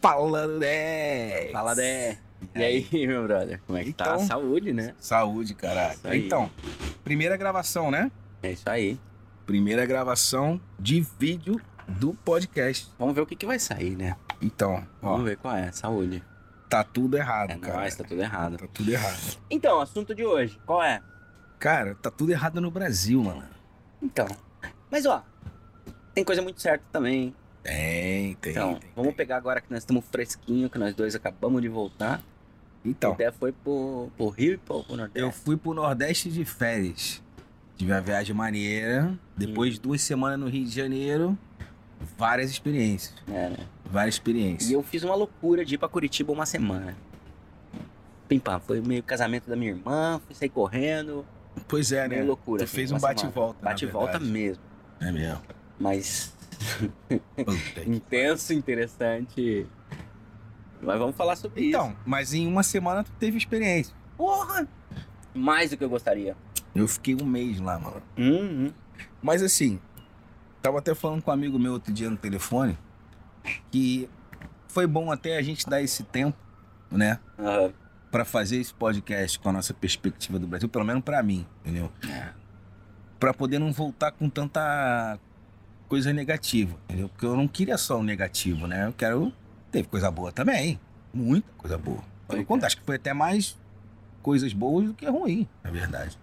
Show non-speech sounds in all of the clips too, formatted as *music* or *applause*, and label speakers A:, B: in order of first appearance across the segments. A: Fala 10!
B: Fala, Dé. E aí, meu brother? Como é que tá?
A: Então-
B: Saúde, né?
A: Saúde, caralho.
B: Isso aí.
A: Então, primeira gravação, né?
B: É isso aí.
A: Primeira gravação de vídeo do podcast.
B: Vamos ver o que, que vai sair, né?
A: Então, ó,
B: Vamos ver qual é. Saúde.
A: tá tudo errado,
B: É
A: cara.
B: nóis, tá tudo errado.
A: Tá tudo errado.
B: Então, assunto de hoje, qual é?
A: Cara, tá tudo errado no Brasil, mano.
B: Então. Mas ó, tem coisa muito certa também. hein?
A: Tem, tem.
B: Então,
A: tem,
B: vamos
A: tem.
B: pegar agora que nós estamos fresquinho, que nós dois acabamos de voltar. A
A: Então,
B: ideia foi pro, pro Rio e pro, pro Nordeste.
A: eu fui pro Nordeste de férias. Tive uma viagem maneira. Depois de duas semanas no Rio de Janeiro, várias experiências.
B: É, né?
A: Várias experiências.
B: E eu fiz uma loucura de ir pra Curitiba uma semana. Pim pam, foi meio casamento da minha irmã, fui sair correndo.
A: Pois é, né?
B: meio loucura.
A: Tu
B: assim,
A: fez
B: uma
A: um
B: semana.
A: bate-volta. na
B: Bate-volta
A: verdade.
B: mesmo.
A: É mesmo.
B: Mas
A: Puta que
B: intenso, interessante. Mas vamos falar sobre isso.
A: *laughs* Então, mas em uma semana tu teve experiência.
B: Porra! Mais do que eu gostaria.
A: Eu fiquei um mês lá, mano.
B: Uhum.
A: Mas assim, tava até falando com um amigo meu outro dia no telefone que foi bom até a gente dar esse tempo, né?
B: Aham.
A: Pra fazer esse podcast com a nossa perspectiva do Brasil, pelo menos pra mim, entendeu?
B: É.
A: Pra poder não voltar com tanta coisa negativa, entendeu? Porque eu não queria só o negativo, né? Eu quero. Teve coisa boa também, muita coisa boa.
B: Pois
A: Pelo
B: é.
A: contrário, acho que foi até mais coisas boas do que ruim, na verdade.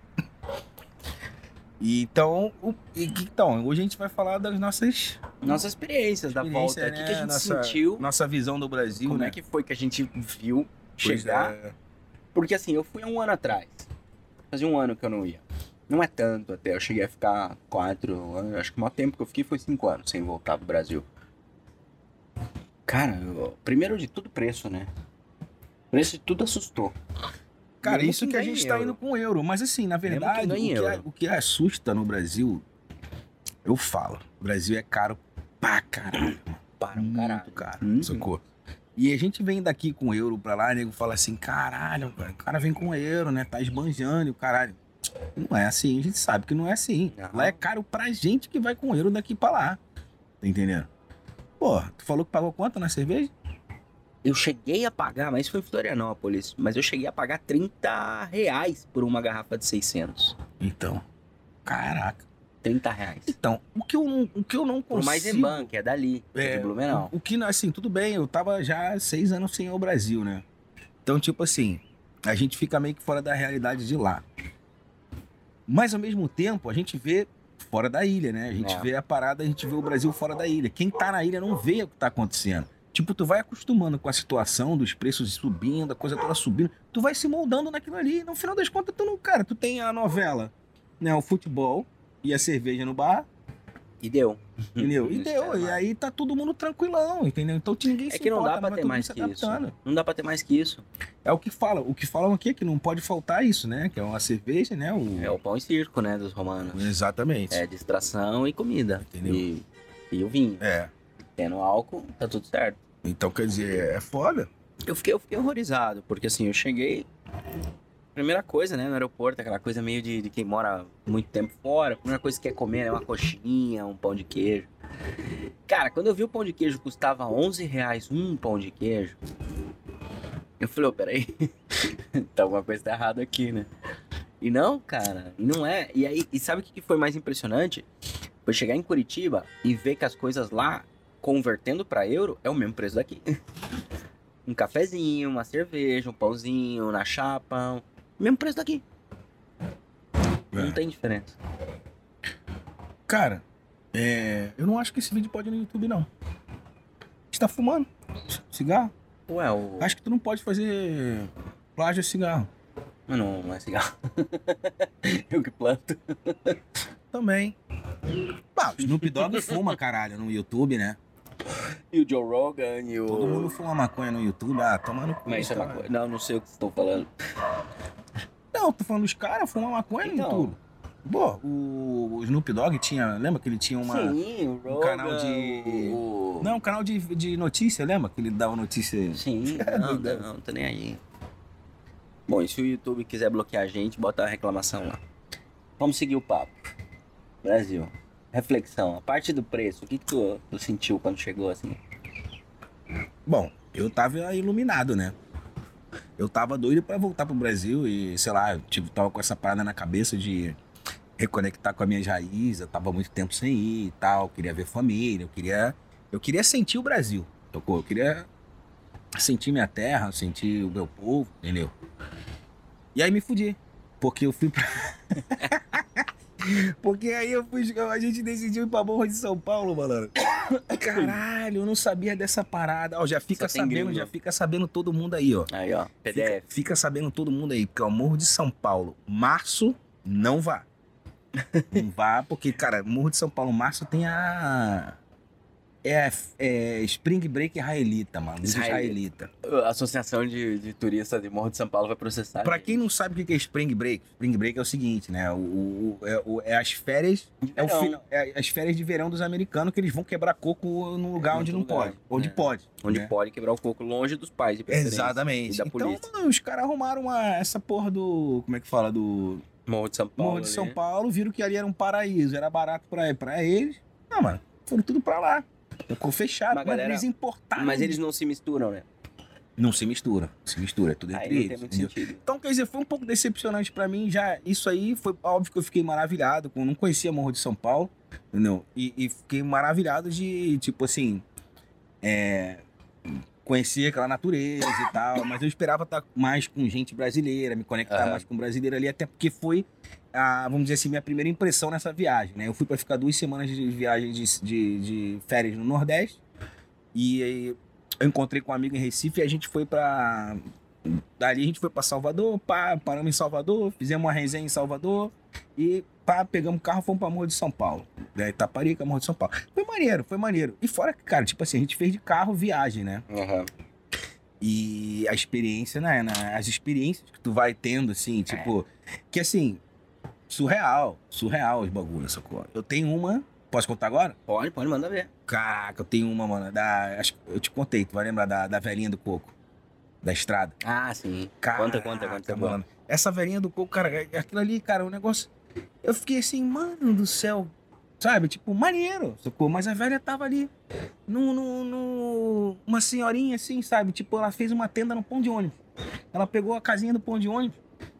A: E Então, o- e que- então, hoje a gente vai falar das nossas
B: Nossas experiências da volta.
A: experiências,
B: O que, que a
A: né?
B: gente
A: nossa,
B: sentiu?
A: nossa visão do Brasil,
B: como
A: né?
B: é que foi que a gente viu
A: Pois
B: chegar?
A: é.
B: Porque assim, eu fui há um ano atrás. Fazia um ano que eu não ia. Não é tanto até. Eu cheguei a ficar quatro anos. Acho que o maior tempo que eu fiquei foi cinco anos sem voltar pro Brasil. Cara, eu- primeiro de tudo, preço, né? Preço de tudo assustou.
A: Cara,
B: Mesmo
A: isso que
B: não
A: a
B: em
A: gente tá
B: euro.
A: indo com euro. Mas assim, na
B: Mesmo que
A: verdade,
B: não
A: o,
B: em
A: que
B: euro.
A: o que assusta no Brasil, eu falo. O Brasil é caro pra caralho.
B: Para um
A: Muito
B: caralho.
A: caro,
B: Uhum.
A: sacou? E a gente vem daqui com euro pra lá, nego fala assim, caralho, cara, o cara vem com euro, né? Tá esbanjando, e o caralho. Não é assim, a gente sabe que não é assim.
B: Não.
A: Lá é caro pra gente que vai com euro daqui pra lá. Tá entendendo? Porra, tu falou que pagou quanto na cerveja?
B: Eu cheguei a pagar, mas isso foi em Florianópolis. Mas eu cheguei a pagar 30 reais por uma garrafa de 600.
A: Então. Caraca.
B: 30 reais.
A: Então, o que eu não, o que eu não
B: Por
A: consigo...
B: mais em banco, que é dali, que é
A: É,
B: de Blumenau.
A: O que, assim, tudo bem, eu tava já seis anos sem ir ao Brasil, né? Então, tipo assim, a gente fica meio que fora da realidade de lá. Mas, ao mesmo tempo, a gente vê fora da ilha, né? A gente
B: É.
A: vê a parada, a gente vê o Brasil fora da ilha. Quem tá na ilha não vê o que tá acontecendo. Tipo, tu vai acostumando com a situação dos preços subindo, a coisa toda subindo. Tu vai se moldando naquilo ali. No final das contas, tu não... Cara, tu tem a novela, né? O futebol e a cerveja no bar.
B: E deu. *laughs* é
A: Entendeu? E
B: Não
A: deu,
B: espera
A: e
B: mais.
A: aí tá todo mundo tranquilão, entendeu? Então te- ninguém
B: É
A: se
B: que não
A: importa,
B: dá pra
A: vai
B: ter
A: todo mundo
B: mais
A: se
B: que isso. né?
A: adaptando.
B: Não dá pra ter mais que isso.
A: É o que fala, o que falam aqui é que não pode faltar isso, né? Que é uma cerveja, né? O...
B: É o pão e circo, né, dos romanos.
A: Exatamente.
B: É distração e comida.
A: Entendeu?
B: E, e o vinho.
A: É.
B: Tendo álcool, tá tudo certo.
A: Então, quer dizer, é foda.
B: Eu fiquei, eu fiquei horrorizado, porque assim, eu cheguei. Primeira coisa, né, no aeroporto, aquela coisa meio de, de quem mora muito tempo fora, a primeira coisa que quer comer é uma coxinha, um pão de queijo. Cara, quando eu vi o pão de queijo custava 11 reais um pão de queijo, eu falei, ô, peraí, *laughs* tá alguma coisa tá errada aqui, né? E não, cara, e não é. E aí, e sabe o que que foi mais impressionante? Foi chegar em Curitiba e ver que as coisas lá, convertendo pra euro, é o mesmo preço daqui um cafezinho, uma cerveja, um pãozinho na chapa. um- Mesmo preço daqui.
A: É.
B: Não tem diferença.
A: Cara, é, eu não acho que esse vídeo pode ir no YouTube, não. Você tá fumando cigarro?
B: Ué, o.
A: Acho que tu não pode fazer plágio de cigarro.
B: Mas não, não é cigarro. *laughs* Eu que planto.
A: Também. Pá, o Snoop Dogg fuma, caralho, no YouTube, né?
B: E o Joe Rogan e o.
A: Todo mundo né? fuma maconha no YouTube. Ah, toma no cu.
B: Mas isso é
A: cara.
B: uma coisa. Não, não sei o que vocês estão falando.
A: Não, tô falando dos caras fumam maconha
B: Então.
A: no YouTube. Pô, o, o Snoop Dogg tinha. Lembra que ele tinha uma. um
B: Sim, o Rogan.
A: canal de-
B: o-
A: Não, um canal de, de notícia, lembra? Que ele dava notícia. *laughs*
B: Sim, não, não, não tô nem aí. Bom, e se o YouTube quiser bloquear a gente, bota a reclamação lá. Vamos seguir o papo. Brasil, reflexão. A parte do preço, o que, que tu, tu sentiu quando chegou assim?
A: Bom, eu tava iluminado, né? Eu tava doido pra voltar pro Brasil e, sei lá, eu tive, tava com essa parada na cabeça de reconectar com as minhas raízes, eu tava muito tempo sem ir e tal, eu queria ver família, eu queria. Eu queria sentir o Brasil, tocou? Eu queria sentir minha terra, sentir o meu povo, entendeu? E aí me fudi. Porque eu fui pra. *laughs* porque aí eu fui. A gente decidiu ir pra Morro de São Paulo, malandro. *coughs* Caralho, eu não sabia dessa parada. Ó, já fica
B: Só tem
A: sabendo,
B: gringo.
A: já fica sabendo todo mundo aí, ó.
B: Aí, ó.
A: Fica,
B: PDF.
A: fica sabendo todo mundo aí, porque é o Morro de São Paulo, março, não
B: *laughs*
A: vá. Não vá, porque, cara, Morro de São Paulo, março tem a. É, a- é Spring Break israelita, mano. dos
B: Israelita.
A: Israelita.
B: A Associação de, de Turistas de Morro de São Paulo vai processar.
A: Pra quem não sabe o que que é Spring Break, Spring Break é o seguinte, né? O, o- o- é, o- é as férias. É, o
B: verão,
A: fi- é as férias de verão dos americanos que eles vão quebrar coco no lugar
B: Em
A: onde
B: outro
A: não
B: lugar,
A: pode. Onde
B: né?
A: pode.
B: Onde
A: né?
B: pode quebrar o coco longe dos pais, de preferência.
A: Exatamente.
B: E da
A: Então,
B: polícia.
A: mano, os caras arrumaram uma, essa porra do. Como é que fala? Do.
B: Morro de São Paulo.
A: Morro de São
B: ali. né?
A: Paulo, viram que ali era um paraíso, era barato pra, pra eles. Não, mano, foram tudo pra lá. Ficou fechado,
B: Mas,
A: mas,
B: galera,
A: eles importaram.
B: Mas eles não se misturam, né?
A: Não se mistura, se mistura, é tudo entre
B: Aí não tem
A: eles.
B: muito
A: entendeu?
B: sentido.
A: Então, quer dizer, foi um pouco decepcionante pra mim. Já isso aí foi óbvio que eu fiquei maravilhado. com- não conhecia Morro de São Paulo, entendeu? E, e fiquei maravilhado de, tipo assim, é, conhecer aquela natureza e tal. Mas eu esperava estar mais com gente brasileira, me conectar
B: Aham.
A: mais com brasileiro ali, até porque foi, a, vamos dizer assim, minha primeira impressão nessa viagem, né? Eu fui pra ficar duas semanas de viagem de, de, de férias no Nordeste. E aí eu encontrei com um amigo em Recife e a gente foi pra. Dali a gente foi pra Salvador, pá, paramos em Salvador, fizemos uma resenha em Salvador e pá, pegamos o carro, fomos pra Morro de São Paulo. Da Itaparica, Morro de São Paulo. Foi maneiro, foi maneiro. E fora que, cara, tipo assim, a gente fez de carro viagem, né?
B: Aham.
A: E a experiência, né? na- As experiências que tu vai tendo, assim, tipo. Que assim, surreal, surreal os bagulhos, sacou? Eu tenho uma. Posso contar agora?
B: Pode, pode, manda ver.
A: Caraca, eu tenho uma, mano. Da, acho que eu te contei, tu vai lembrar da, da velhinha do coco. Da estrada.
B: Ah, sim.
A: Caraca,
B: Conta, conta, conta.
A: mano. Essa velhinha do coco, cara, aquilo ali, cara, o negócio. Eu fiquei assim, mano do céu. Sabe, tipo, maneiro, sacou? Mas a velha tava ali. No, no, no- Uma senhorinha assim, sabe? Tipo, ela fez uma tenda no pão de ônibus. Ela pegou a casinha do pão de ônibus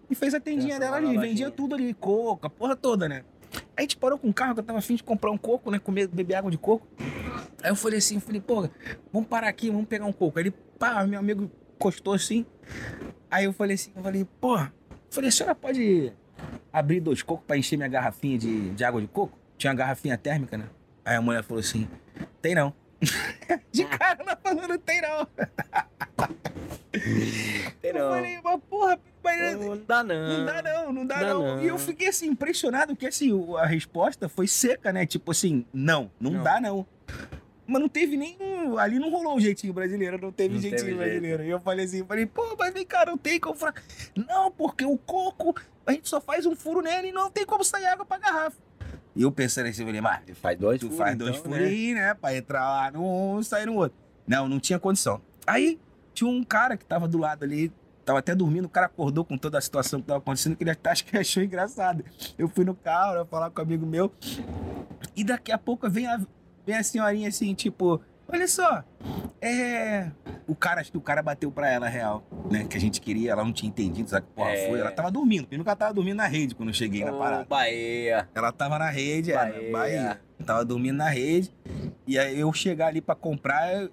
A: e fez a tendinha
B: Transformou
A: dela
B: na
A: ali.
B: lojinha.
A: Vendia tudo ali, coco, a porra toda, né? Aí a gente parou com um carro que eu tava afim de comprar um coco, né? Comer, beber água de coco. Aí eu falei assim, eu falei, pô, vamos parar aqui, vamos pegar um coco. Aí ele, pá, meu amigo encostou assim. Aí eu falei assim, eu falei, pô, eu falei, a senhora pode abrir dois cocos pra encher minha garrafinha de, de água de coco? Tinha uma garrafinha térmica, né? Aí a mulher falou assim, tem não. de cara, ela falou, não tem não.
B: Tem
A: Eu
B: não.
A: falei, mas porra, mas
B: Não dá não.
A: não dá não, não dá
B: Dá
A: não.
B: não.
A: E eu fiquei assim, impressionado que assim, o- a resposta foi seca, né? Tipo assim, não, não,
B: Não.
A: dá não. Mas não teve nenhum. Ali não rolou o jeitinho brasileiro, não teve
B: Não
A: jeitinho
B: teve jeito.
A: brasileiro. E eu falei assim, falei, pô, mas vem cá, não tem como. fra- Não, porque o coco, a gente só faz um furo nele e não tem como sair água pra garrafa. E eu pensando assim, eu falei, mas
B: Tu faz dois
A: tu
B: furos,
A: faz dois
B: então,
A: furos aí, né? Pra entrar lá num e sair no outro. Não, não tinha condição. Aí tinha um cara que tava do lado ali, tava até dormindo, o cara acordou com toda a situação que tava acontecendo, que ele até acho que *laughs* achou engraçado. Eu fui no carro né, falar com um amigo meu, e daqui a pouco vem a, vem a senhorinha assim, tipo, olha só, é. O cara, acho que o cara bateu pra ela, real, né? Que a gente queria, ela não tinha entendido, sabe que porra
B: É.
A: foi? Ela tava dormindo, primeiro que ela tava dormindo na rede quando eu cheguei na
B: Ô,
A: parada.
B: Bahia.
A: Ela tava na rede, era, tá
B: Bahia.
A: Bahia. Eu Tava dormindo na rede. E aí eu chegar ali pra comprar, eu-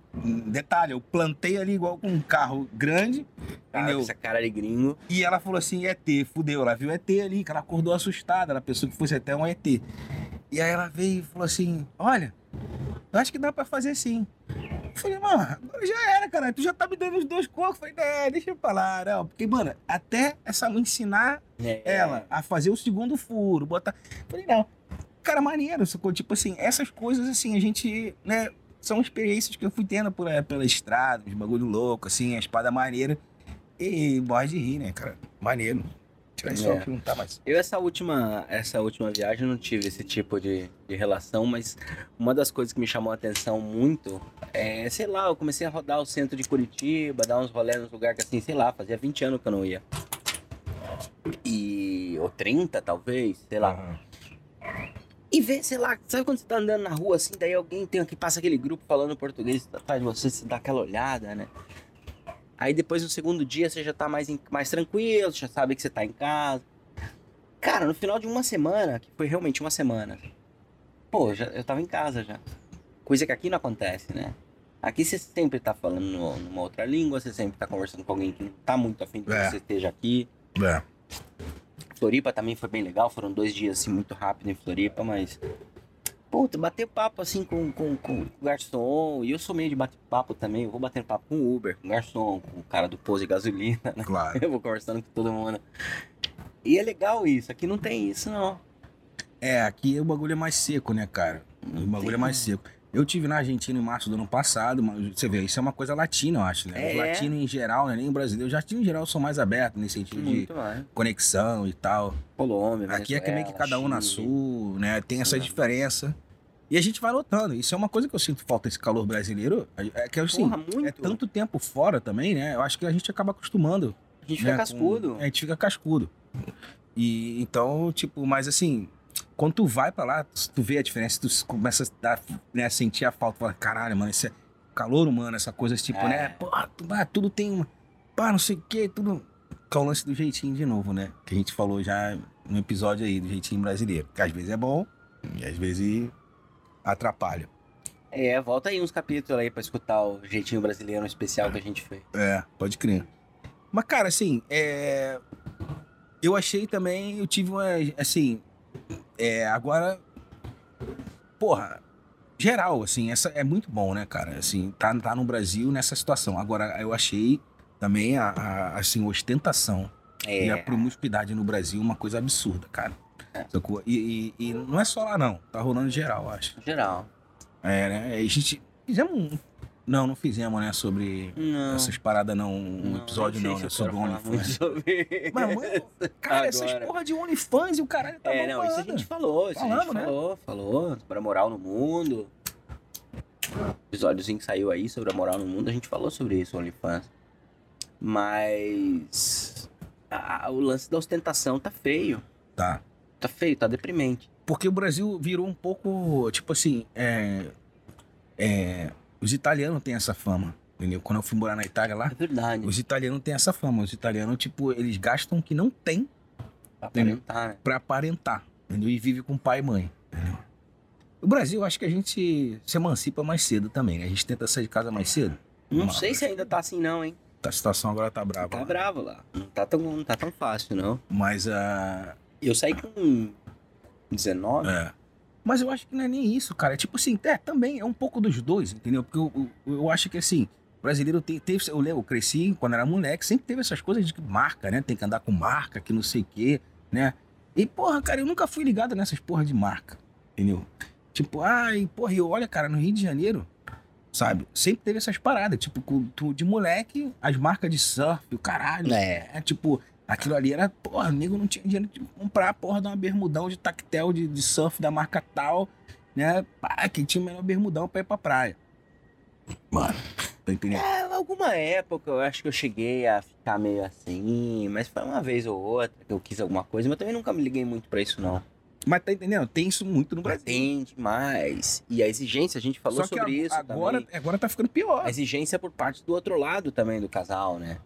A: detalhe, eu plantei ali igual com um carro grande,
B: Cara, é com
A: entendeu?
B: essa cara de gringo.
A: E ela falou assim, ET, fudeu. Ela viu ET ali, que ela acordou assustada, ela pensou que fosse até um ET. E aí ela veio e falou assim, olha, eu acho que dá pra fazer sim. Eu falei, mano, agora já era, cara. Tu já tá me dando os dois cocos. Eu falei, é, deixa eu falar, não. Porque, mano, até essa me ensinar
B: É.
A: ela a fazer o segundo furo, botar. Falei, não. Cara, maneiro, sacou? Tipo assim, essas coisas assim, a gente, né, são experiências que eu fui tendo por, eh, pela estrada, uns bagulho louco, assim, a espada maneira. E morre de rir, né, cara? Maneiro. Tirar isso
B: É.
A: que não tá mais.
B: Eu essa última, essa última viagem não tive esse tipo de, de relação, mas uma das coisas que me chamou a atenção muito é, sei lá, eu comecei a rodar o centro de Curitiba, dar uns rolés nos lugares que assim, sei lá, fazia 20 anos que eu não ia. E. ou 30 talvez, sei lá. E vê, sei lá, sabe quando você tá andando na rua assim, daí alguém tem que passa aquele grupo falando português atrás de você, você dá aquela olhada, né? Aí depois no segundo dia você já tá mais, em- mais tranquilo, já sabe que você tá em casa. Cara, no final de uma semana, que foi realmente uma semana, pô, já, eu tava em casa já. Coisa que aqui não acontece, né? Aqui você sempre tá falando no- numa outra língua, você sempre tá conversando com alguém que não tá muito afim de que
A: É.
B: você esteja aqui.
A: É.
B: Floripa também foi bem legal, foram dois dias assim muito rápido em Floripa, mas. Puta, bater papo assim com, com, com o garçom, e eu sou meio de bater papo também, eu vou batendo papo com o Uber, com o garçom, com o cara do posto de gasolina, *laughs* né?
A: Claro.
B: Eu vou conversando com todo mundo. E é legal isso, aqui não tem isso não.
A: É, aqui o bagulho é mais seco, né, cara? O bagulho é mais seco. Eu tive na Argentina em março do ano passado, mas você vê, isso é uma coisa latina, eu acho, né?
B: É.
A: Os latinos em geral, né? Nem o brasileiro. Os latinos em geral são mais abertos nesse sentido de
B: Muito mais.
A: conexão e tal.
B: Colômbia,
A: Aqui é que meio que
B: Venezuela,
A: cada um na
B: Né? Chile.
A: sua, né? Tem essa
B: Sim.
A: diferença. E a gente vai notando. Isso é uma coisa que eu sinto falta esse calor brasileiro. É que assim,
B: Porra, muito.
A: é tanto tempo fora também, né? Eu acho que a gente acaba acostumando.
B: A gente fica
A: né, com-
B: cascudo.
A: é, a gente fica cascudo. E então, tipo, mas assim, quando tu vai pra lá, tu- tu vê a diferença, tu começa a dar, né, sentir a falta, fala, caralho, mano, esse calor humano, essa coisa, tipo,
B: É.
A: né? Pô, tu- ah, tudo tem uma. Pá, não sei o quê, tudo. Que é o lance do jeitinho de novo, né? Que a gente falou já no episódio aí, do jeitinho brasileiro. Que às vezes é bom, e às vezes atrapalha.
B: É, volta aí uns capítulos aí pra escutar o jeitinho brasileiro um especial que a gente fez.
A: É, pode crer. Mas, cara, assim, é... eu achei também, eu tive uma, assim, é, agora, porra, geral, assim, essa é muito bom, né, cara, assim, tá, tá no Brasil nessa situação. Agora, eu achei também a, a, assim, ostentação
B: É.
A: e a promiscuidade no Brasil uma coisa absurda, cara. Sacou? E, e- e não é só lá, não, tá rolando geral, eu acho.
B: no Geral.
A: É, né, a gente fizemos um... Não, não fizemos, né, sobre
B: Não.
A: essas paradas não, um
B: Não,
A: episódio não,
B: sei
A: né?
B: se eu
A: Sobre
B: quero
A: o
B: falar muito
A: OnlyFans. *laughs*
B: sobre-
A: Mas, mano, cara, essas
B: Agora.
A: porra de OnlyFans e o caralho tá
B: é, não, isso a
A: bombando.
B: gente falou, isso a
A: Falamos,
B: gente
A: né?
B: falou, falou. Sobre a moral no mundo. Episódiozinho que saiu aí sobre a moral no mundo, a gente falou sobre isso, OnlyFans. Mas. a- o lance da ostentação tá feio.
A: Tá.
B: Tá feio, tá deprimente.
A: Porque o Brasil virou um pouco, tipo assim, é, é, os italianos têm essa fama, entendeu? Quando eu fui morar na Itália lá,
B: É verdade.
A: os italianos têm essa fama. Os italianos, tipo, eles gastam o que não tem
B: Pra aparentar, né?
A: pra aparentar, entendeu? E vive com pai e mãe, entendeu? O Brasil, acho que a gente se emancipa mais cedo também, né? A gente tenta sair de casa mais cedo.
B: Não
A: Mas-
B: sei se ainda tá assim, não, hein?
A: A situação agora tá brava.
B: Tá
A: né?
B: bravo lá. Não tá tão, não tá tão fácil, não.
A: Mas ah, a.
B: Eu saí com 19.
A: É. Mas eu acho que não é nem isso, cara. É tipo assim, é, também é um pouco dos dois, entendeu? Porque eu, eu, eu acho que assim, o brasileiro tem, teve. Eu lembro, eu cresci quando era moleque, sempre teve essas coisas de que marca, né? Tem que andar com marca, que não sei o quê, né? E, porra, cara, eu nunca fui ligado nessas porra de marca, entendeu? Tipo, ai, porra, e olha, cara, no Rio de Janeiro, sabe? Sempre teve essas paradas, tipo, com- tu- de moleque, as marcas de surf, o caralho,
B: É.
A: é, tipo, aquilo ali era, porra, o nego não tinha dinheiro de comprar, porra, de uma bermudão de tactel de, de surf da marca tal, né? Pá, quem tinha o melhor bermudão pra ir pra praia. Mano, tá entendendo?
B: É, alguma época eu acho que eu cheguei a ficar meio assim, mas foi uma vez ou outra que eu quis alguma coisa, mas eu também nunca me liguei muito pra isso, não.
A: Mas tá entendendo? Tem isso muito no Brasil.
B: Tem demais. E a exigência, a gente falou
A: Só que
B: sobre
A: a-
B: isso
A: agora,
B: também.
A: agora tá ficando pior.
B: A exigência por parte do outro lado também do casal, né?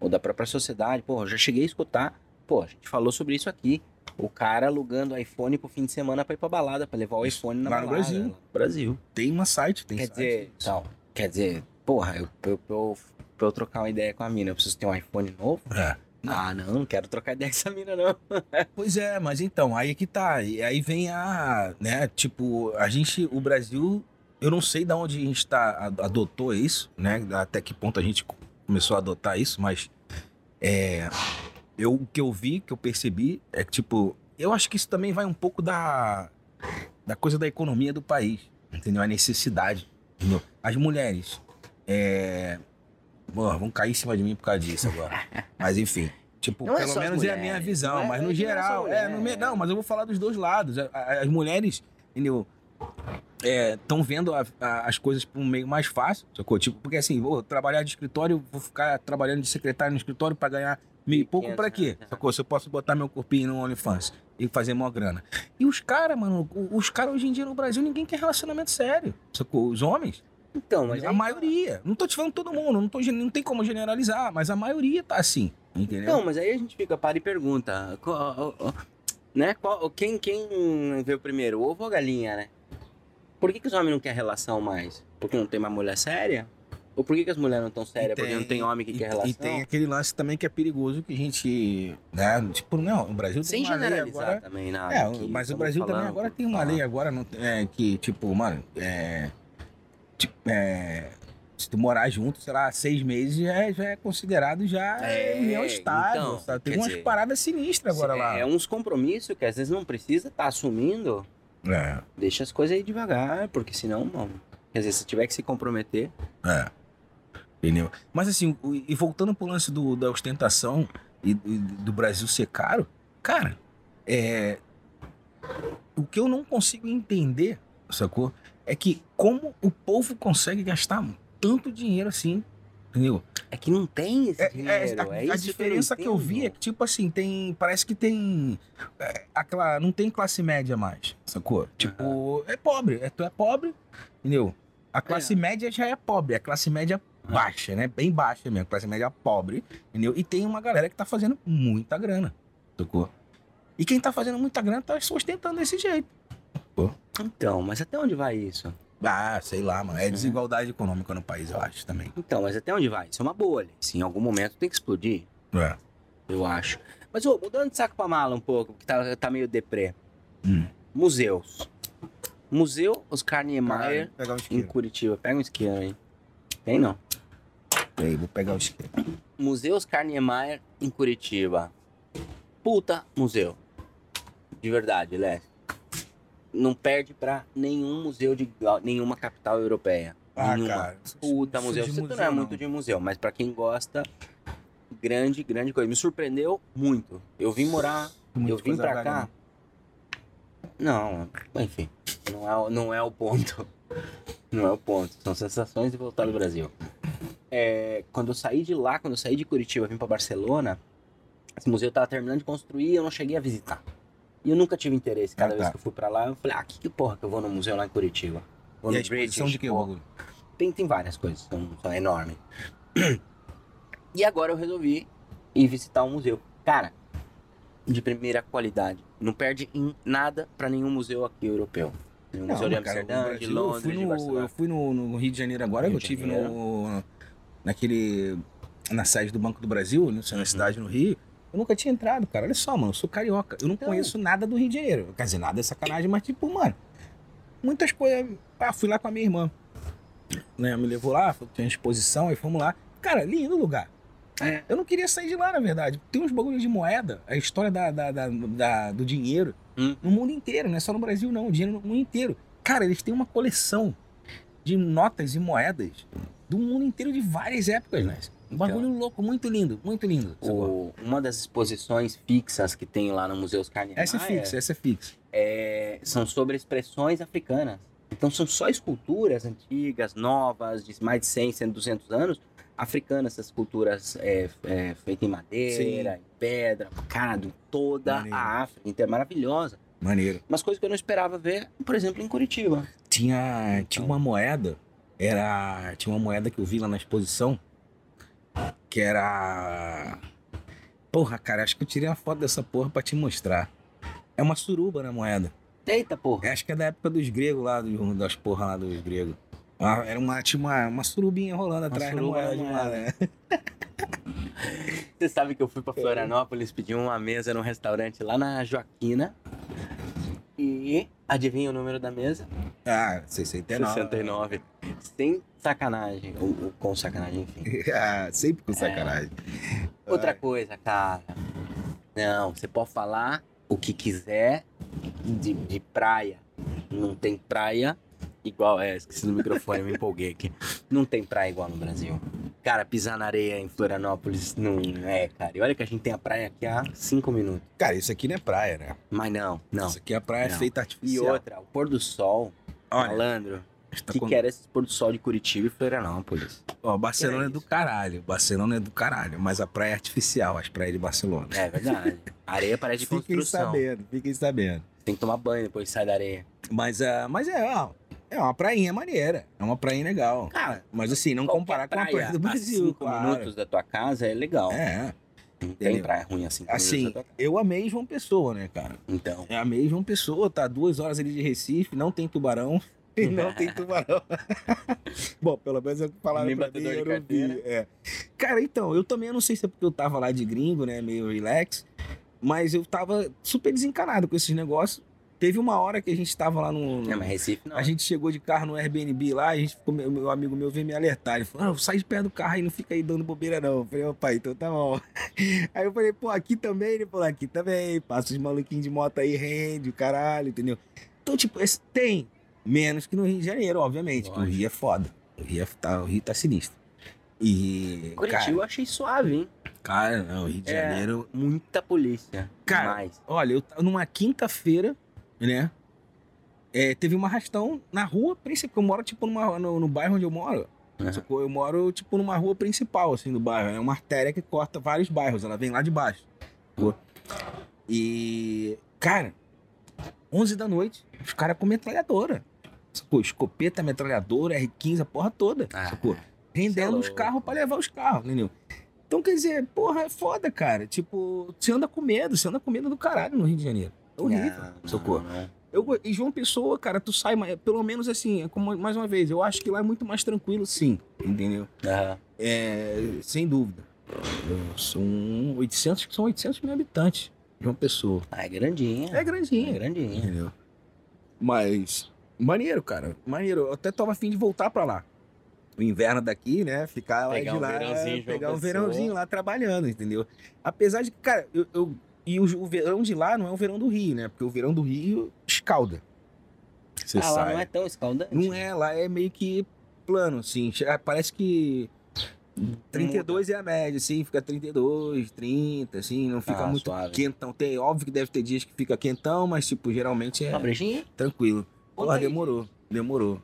B: Ou da própria sociedade. Pô, eu já cheguei a escutar. Pô, a gente falou sobre isso aqui. O cara alugando iPhone pro fim de semana pra ir pra balada, pra levar o
A: Isso,
B: iPhone na
A: lá no
B: balada.
A: Brasil.
B: lá no Brasil.
A: Tem uma site, tem
B: Quer
A: site.
B: dizer, então, quer dizer, porra, eu, eu, eu, pra eu trocar uma ideia com a mina, eu preciso ter um iPhone novo?
A: É. Não.
B: Ah, não, não quero trocar ideia *laughs* com essa mina, não.
A: Pois é, mas então, aí que tá. E aí vem a, né, tipo, a gente, o Brasil, eu não sei de onde a gente tá, a- adotou isso, né, até que ponto a gente começou a adotar isso, mas é, eu, o que eu vi, que eu percebi, é que, tipo, eu acho que isso também vai um pouco da, da coisa da economia do país, entendeu? A necessidade, entendeu? As mulheres, é... Porra, vão cair em cima de mim por causa disso agora. Mas enfim, tipo,
B: Não é
A: pelo
B: só as
A: menos é a minha
B: mulheres,
A: visão,
B: não é-
A: mas
B: não
A: no
B: é que não é só
A: geral, é,
B: mulher,
A: no me-
B: é.
A: não, mas eu vou falar dos dois lados. A- a- As mulheres, entendeu? Estão vendo a- a- as coisas por um meio mais fácil, sacou? Tipo, porque assim, vou trabalhar de escritório, vou ficar trabalhando de secretário no escritório pra ganhar meio e pouco pra quê?
B: 1.500, né?
A: Sacou? Se eu posso botar meu corpinho no OnlyFans. e fazer maior grana. E os caras, mano, o- os caras hoje em dia no Brasil, ninguém quer relacionamento sério. Sacou? Os homens,
B: Então, mas.
A: a
B: aí-
A: maioria. Não tô te falando todo mundo, não, tô, gen- não tem como generalizar, mas a maioria tá assim. Entendeu?
B: Não, mas aí a gente fica, para e pergunta. qual- ó, ó, né? qual- quem, quem veio primeiro, o ovo ou a galinha, né? Por que, que os homens não querem relação mais? Porque não tem mais mulher séria? Ou por que, que as mulheres não estão sérias? Porque não tem homem que
A: e-
B: quer
A: E
B: relação?
A: tem aquele lance também que é perigoso que a gente. Né? Tipo, não, o Brasil tem
B: Sem
A: uma lei
B: generalizar
A: agora.
B: também nada.
A: É,
B: que
A: mas o
B: estamos
A: Brasil também
B: falando, tá. Ah,
A: agora
B: por
A: tem uma
B: falar.
A: lei agora não- é, que, tipo, mano, é, tipo, é, se tu morar junto, sei lá, seis meses já é, já é considerado já
B: É,
A: união estável,
B: então,
A: sabe? Tem
B: quer
A: umas
B: dizer,
A: paradas sinistras agora
B: é,
A: lá.
B: É uns compromissos que às vezes não precisa estar assumindo.
A: É,
B: Deixa as coisas aí devagar, porque senão não. Quer dizer, se tiver que se comprometer.
A: é. Entendeu? Mas assim, o- e voltando pro lance do, da ostentação e, e do Brasil ser caro, cara, é, o que eu não consigo entender, sacou? É que como o povo consegue gastar tanto dinheiro assim, entendeu?
B: É que não tem esse
A: É,
B: dinheiro.
A: é, a,
B: é
A: a
B: isso
A: diferença que eu, vi é
B: entendo.
A: que, tipo assim, tem. Parece que tem. é, aquela, não tem classe média mais, sacou? Tipo, é pobre. É, tu é pobre, entendeu? A classe média já é pobre, a classe média
B: É.
A: baixa, né? Bem baixa mesmo, classe média pobre, entendeu? E tem uma galera que tá fazendo muita grana, sacou? E quem tá fazendo muita grana tá se ostentando desse jeito.
B: Então, mas até onde vai isso?
A: Ah, sei lá, mano. É
B: É.
A: desigualdade econômica no país, eu acho também.
B: Então, mas até onde vai? Isso é uma bolha. Se em algum momento tem que explodir,
A: É.
B: eu acho. Mas, ô, mudando de saco pra mala um pouco, que tá, tá meio deprê.
A: Hum.
B: Museus. Museu Oscar Niemeyer
A: pegar o
B: em Curitiba. Pega um isqueiro aí. Tem não.
A: Peraí, vou pegar o isqueiro.
B: Museu Oscar Niemeyer em Curitiba. Puta museu. De verdade, Lé. Não perde pra nenhum museu de nenhuma capital europeia.
A: Ah,
B: nenhuma.
A: cara.
B: Puta
A: Não sou
B: museu.
A: de
B: Você não é
A: museu, não.
B: muito de museu, mas pra quem gosta, grande, grande coisa. Me surpreendeu muito. Eu vim morar, eu vim
A: coisa
B: pra
A: vaga,
B: cá. né? Não, enfim, não é, o- não é o ponto. *laughs* Não é o ponto. São sensações de voltar do Brasil. É, quando eu saí de lá, quando eu saí de Curitiba, vim pra Barcelona, esse museu tava terminando de construir e eu não cheguei a visitar. E eu nunca tive interesse. Cada
A: Ah,
B: vez
A: tá.
B: que eu fui pra lá, eu falei, ah, que, que porra que eu vou no museu lá em Curitiba? Vou
A: E
B: no
A: a exposição
B: British,
A: de que
B: porra.
A: bagulho?
B: Tem, tem várias coisas, são, são enormes. E agora eu resolvi ir visitar um museu. Cara, de primeira qualidade. Não perde em nada pra nenhum museu aqui europeu. Nenhum museu de
A: mas, cara,
B: Amsterdã,
A: o
B: de
A: Brasil, eu
B: Londres,
A: fui,
B: de
A: no, eu
B: Barcelona.
A: fui no, no Rio de Janeiro agora,
B: Rio
A: eu
B: de
A: tive
B: Janeiro.
A: no, naquele, na sede do Banco do Brasil, né,
B: Uhum.
A: na cidade no Rio. Eu nunca tinha entrado, cara. Olha só, mano, eu sou carioca. Eu não
B: Então.
A: conheço nada do Rio de Janeiro. Quer dizer, nada é sacanagem, mas tipo, mano, muitas coisas. Ah, fui lá com a minha irmã. Né, me levou lá, falou que tinha exposição, aí fomos lá. Cara, lindo lugar.
B: É.
A: Eu não queria sair de lá, na verdade. Tem uns bagulhos de moeda, a história da, da- da- da- do dinheiro
B: Hum.
A: no mundo inteiro, não é só no Brasil, não. O dinheiro no mundo inteiro. Cara, eles têm uma coleção de notas e moedas do mundo inteiro de várias épocas, né? Um bagulho louco, muito lindo, muito lindo.
B: Então. O- uma das exposições fixas que tem lá no Museu Ah, Oscar Niemeyer
A: Essa é fixa, essa é fixa.
B: é- são sobre expressões africanas. Então são só esculturas antigas, novas, de mais de 100, 100, 200 anos, africanas, essas culturas é, é, feitas em madeira, em pedra, cara, de toda
A: Maneiro.
B: a África. Então é maravilhosa.
A: Maneiro.
B: Umas coisas que eu não esperava ver, por exemplo, em Curitiba. Então.
A: Tinha, tinha uma moeda, era. Tinha uma moeda que eu vi lá na exposição, que era. Porra, cara, acho que eu tirei uma foto dessa porra pra te mostrar. É uma suruba na moeda.
B: Eita, porra!
A: É, Acho que é da época dos gregos lá, do- das porra lá dos gregos. Ah, Era uma, tinha uma, uma surubinha rolando atrás da
B: suruba na
A: moeda de lá,
B: moeda.
A: né?
B: *laughs* Você sabe que eu fui pra Florianópolis pedir uma mesa num restaurante lá na Joaquina. E adivinha o número da mesa?
A: Ah, 69.
B: 69. Sem sacanagem. Ou, ou com sacanagem,
A: *laughs*
B: enfim.
A: ah, sempre com sacanagem.
B: É.
A: É.
B: Outra coisa, cara. Não, você pode falar o que quiser de, de praia. Não tem praia igual. É, esqueci do microfone, me empolguei aqui. Não tem praia igual no Brasil. Cara, pisar na areia em Florianópolis não é, cara. E olha que a gente tem a praia aqui há cinco minutos.
A: Cara, isso aqui não é praia, né?
B: Mas não, não.
A: Isso aqui é praia
B: Não.
A: feita
B: E
A: artificial.
B: outra, o pôr do sol,
A: Olha,
B: malandro.
A: Tá
B: que,
A: com-
B: que era esse pôr do sol de Curitiba e Florianópolis.
A: Ó, Barcelona
B: Era
A: é do
B: isso.
A: caralho. Barcelona é do caralho. Mas a praia é artificial, as praias de Barcelona.
B: É verdade.
A: *laughs*
B: Areia parece É de
A: Fiquem
B: construção.
A: sabendo, fiquem sabendo.
B: Tem que tomar banho depois que sai da areia.
A: Mas, ah, mas é, ó, é uma prainha maneira. É uma prainha legal.
B: Cara,
A: Mas assim, não
B: qualquer
A: comparar com a
B: praia
A: praia do
B: a
A: Brasil,
B: cinco
A: claro.
B: minutos da tua casa é legal.
A: É,
B: Não tem
A: entendeu?
B: praia ruim assim.
A: assim, eu amei João Pessoa, né, cara?
B: Então,
A: É a mesma pessoa, tá duas horas ali de Recife, não tem tubarão. *laughs* E não tem tubarão. *laughs* Bom, pelo menos é o que falaram
B: Nem
A: pra mim,
B: batedor de
A: eu não
B: carteira.
A: vi. é. Cara, então, eu também eu não sei se é porque eu tava lá de gringo, né, meio relax, mas eu tava super desencanado com esses negócios. Teve uma hora que a gente tava lá no...
B: não, É, mas Recife não.
A: hum, A gente chegou de carro no Airbnb lá, a gente ficou, meu, meu amigo meu veio me alertar. Ele falou: ah, sai de perto do carro aí, não fica aí dando bobeira, não. Eu falei, opa, então tá bom. *laughs* Aí eu falei, pô, aqui também, ele falou, aqui também, passa os maluquinhos de moto aí, rende, o caralho, entendeu? Então, tipo, esse tem. Menos que no Rio de Janeiro, obviamente. porque O
B: Lógico.
A: Rio é foda. O Rio, é, tá, o Rio tá sinistro. E.
B: Curitiba eu achei suave, hein?
A: Cara, cara, não, o Rio de
B: É.
A: Janeiro.
B: Muita polícia.
A: É, Cara,
B: Demais.
A: Olha, eu tava numa quinta-feira, né? É, teve um arrastão na rua principal. porque Eu moro, tipo, numa, no, no bairro onde eu moro.
B: Uhum.
A: sacou? Eu moro, tipo, numa rua principal, assim, do bairro. É uma artéria que corta vários bairros. Ela vem lá de baixo.
B: Uhum.
A: sacou? E, cara, 11 da noite, os caras com metralhadora. Sacou? Escopeta, metralhadora, R15, a porra toda.
B: Ah, é
A: Sacou? rendendo os
B: louco.
A: carros pra levar os carros, entendeu? Então, quer dizer, porra, é foda, cara. Tipo, você anda com medo, você anda com medo do caralho no Rio de Janeiro. É horrível.
B: não, não,
A: socorro.
B: não.
A: Eu, go- e João Pessoa, cara, tu sai, ma- pelo menos assim, é como, mais uma vez, eu acho que lá é muito mais tranquilo, sim, entendeu?
B: Aham.
A: É, sem dúvida. São 800, são 800 mil habitantes, João Pessoa.
B: Ah, é grandinha.
A: É grandinha.
B: É grandinha.
A: Entendeu? Mas, maneiro, cara. Maneiro. Eu até tava afim de voltar pra lá. O inverno daqui, né? Ficar lá
B: Pegar
A: de
B: um
A: lá.
B: verãozinho de João
A: pegar um
B: Pessoa.
A: verãozinho lá trabalhando, entendeu? Apesar de que, cara, eu. eu- e o, o verão de lá não é o verão do Rio, né? Porque o verão do Rio escalda. Você
B: ah, lá não é tão escaldante.
A: Não é, lá é meio que plano, assim. chega- Parece que. 32 é a média, assim, fica 32, 30, assim, não fica
B: Ah,
A: muito
B: suave.
A: quentão. Tem, óbvio que deve ter dias que fica quentão, mas, tipo, geralmente é
B: Uma brejinha?
A: tranquilo.
B: Conta
A: Porra,
B: aí.
A: demorou, demorou.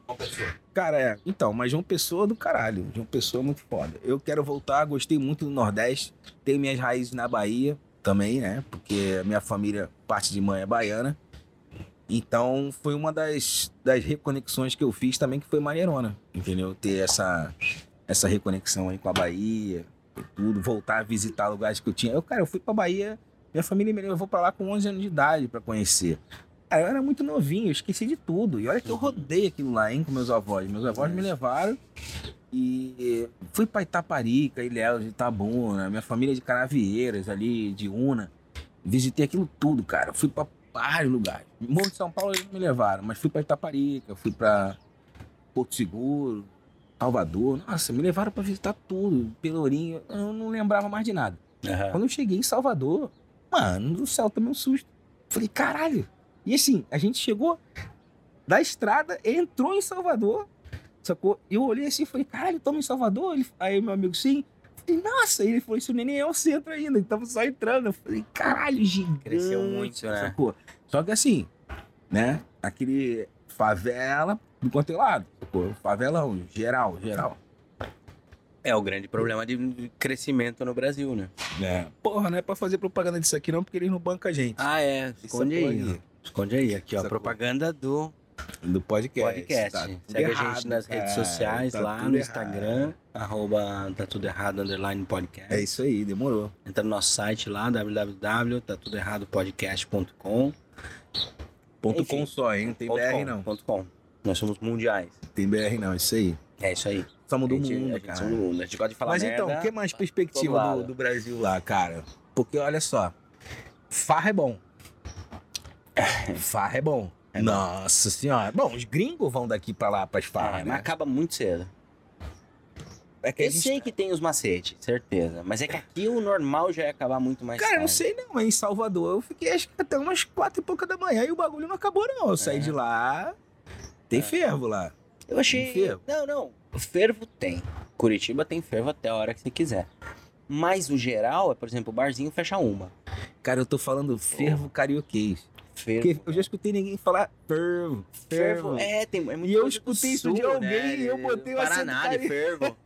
A: Cara, é, então, mas João Pessoa é do caralho. João Pessoa é muito foda. Eu quero voltar, gostei muito do Nordeste. Tenho minhas raízes na Bahia também, né? Porque a minha família, parte de mãe, é baiana. Então, foi uma das, das reconexões que eu fiz também, que foi maneirona, entendeu? Ter essa, essa reconexão aí com a Bahia, e tudo, voltar a visitar lugares que eu tinha. Eu, cara, eu fui pra Bahia, minha família me levou pra lá com 11 anos de idade pra conhecer. Cara, eu era muito novinho, eu esqueci de tudo. E olha que eu rodei aquilo lá, hein, com meus avós. Meus avós me levaram e fui pra Itaparica, Ilhéus, Itabuna, minha família é de Canavieiras ali, de Una. Visitei aquilo tudo, cara. Fui pra vários lugares. Morro de São Paulo eles não me levaram, mas fui pra Itaparica, fui pra Porto Seguro, Salvador. Nossa, me levaram pra visitar tudo, Pelourinho. Eu não lembrava mais de nada.
B: Aham.
A: É. Quando eu cheguei em Salvador, mano do céu, tomei um susto. Falei, caralho. E assim, a gente chegou da estrada, entrou em Salvador, sacou? E eu olhei assim e falei, caralho, estamos em Salvador? Ele- aí meu amigo, sim. Falei, nossa, ele falou, isso nem é o centro ainda, estamos só entrando. Eu falei, caralho, gigante.
B: Cresceu muito, né?
A: Sacou? Só que assim, né? Aquele favela do quanto é lado, sacou? Favelão, geral, geral.
B: É o grande problema de de crescimento no Brasil, né?
A: É. Porra, não é pra fazer propaganda disso aqui não, porque eles não bancam a gente.
B: Ah, é. Esconde
A: Essa
B: aí.
A: porra
B: ó. Esconde aí. Aqui, ó.
A: Essa
B: Propaganda do
A: Do podcast.
B: podcast.
A: Tá tudo
B: Segue a
A: errado,
B: gente nas redes
A: cara.
B: sociais,
A: Tá
B: lá
A: tudo
B: no
A: errado.
B: Instagram, arroba tá tudo errado, underline podcast.
A: É isso aí, demorou.
B: Entra no nosso site lá, www.tatudoerradopodcast.com.
A: Ponto
B: Enfim.
A: com só, hein? Não tem
B: Ponto
A: BR
B: com,
A: não.
B: ponto com. Nós somos mundiais.
A: Tem BR não, é isso aí.
B: É isso aí.
A: Somos do
B: A gente- é a
A: mundo,
B: gente
A: cara.
B: somos do mundo. A gente gosta de falar
A: Mas
B: merda. É, tá
A: então, o que mais
B: todo
A: perspectiva
B: lado.
A: do, do Brasil lá, cara? Porque olha só, farra é
B: *laughs*
A: bom. Farra é bom.
B: É bom.
A: Nossa senhora. Bom, os gringos vão daqui pra lá pras
B: Ah,
A: farras,
B: mas
A: né?
B: acaba muito cedo.
A: É que a
B: Eu
A: gente-
B: sei que tem os macetes, certeza. Mas é que aqui o normal já ia acabar muito mais
A: Cara, eu
B: tarde.
A: não sei não, mas em Salvador eu fiquei acho que até umas quatro e pouca da manhã e o bagulho não acabou não. Eu saí
B: É.
A: de lá, tem
B: É.
A: fervo lá.
B: Eu achei.
A: Fervo?
B: Não, não. Fervo tem. Curitiba tem fervo até a hora que você quiser. Mas o geral é, por exemplo, o barzinho fecha uma.
A: Cara, eu tô falando fervo carioquês.
B: fervo.
A: Porque eu já escutei ninguém falar fervo, fervo.
B: fervo. É, tem, é muito
A: E eu
B: coisa do
A: escutei isso de
B: sul,
A: alguém
B: né?
A: e eu botei o
B: Paraná
A: acento *laughs*
B: de fervo.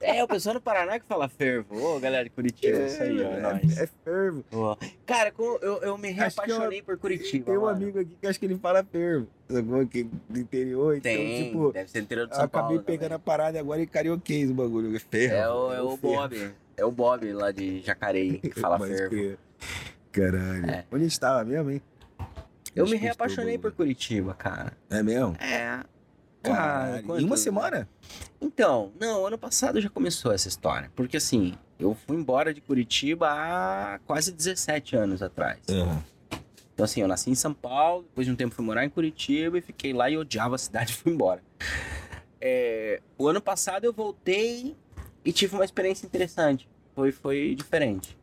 B: é, o pessoal do Paraná que fala fervo. Ô, galera de Curitiba, isso aí, ó, é nóis.
A: é, é fervo.
B: Ó. Cara, como eu, eu me
A: Acho que eu-
B: reapaixonei por Curitiba.
A: Tem um
B: mano.
A: amigo aqui que acho que ele fala fervo. Sacou? Que do interior, então,
B: Tem,
A: tipo,
B: deve ser interior de
A: eu
B: São
A: acabei
B: Paulo.
A: pegando
B: também.
A: a parada agora e carioquês o bagulho. Fervo.
B: É o, é o
A: fervo.
B: Bob. É o Bob lá de
A: *laughs*
B: Jacareí que fala
A: Pode
B: fervo.
A: crer. Caralho.
B: É.
A: Onde a gente tava mesmo, hein?
B: Eu me
A: Acho que
B: reapaixonei por
A: estou-
B: Curitiba, cara.
A: É mesmo?
B: É.
A: Caralho. em uma semana?
B: Então, não, ano passado já começou essa história. Porque assim, eu fui embora de Curitiba há quase 17 anos atrás. Então assim, eu nasci em São Paulo, depois de um tempo fui morar em Curitiba e fiquei lá e odiava a cidade e fui embora. É, o ano passado eu voltei e tive uma experiência interessante. Foi, foi diferente.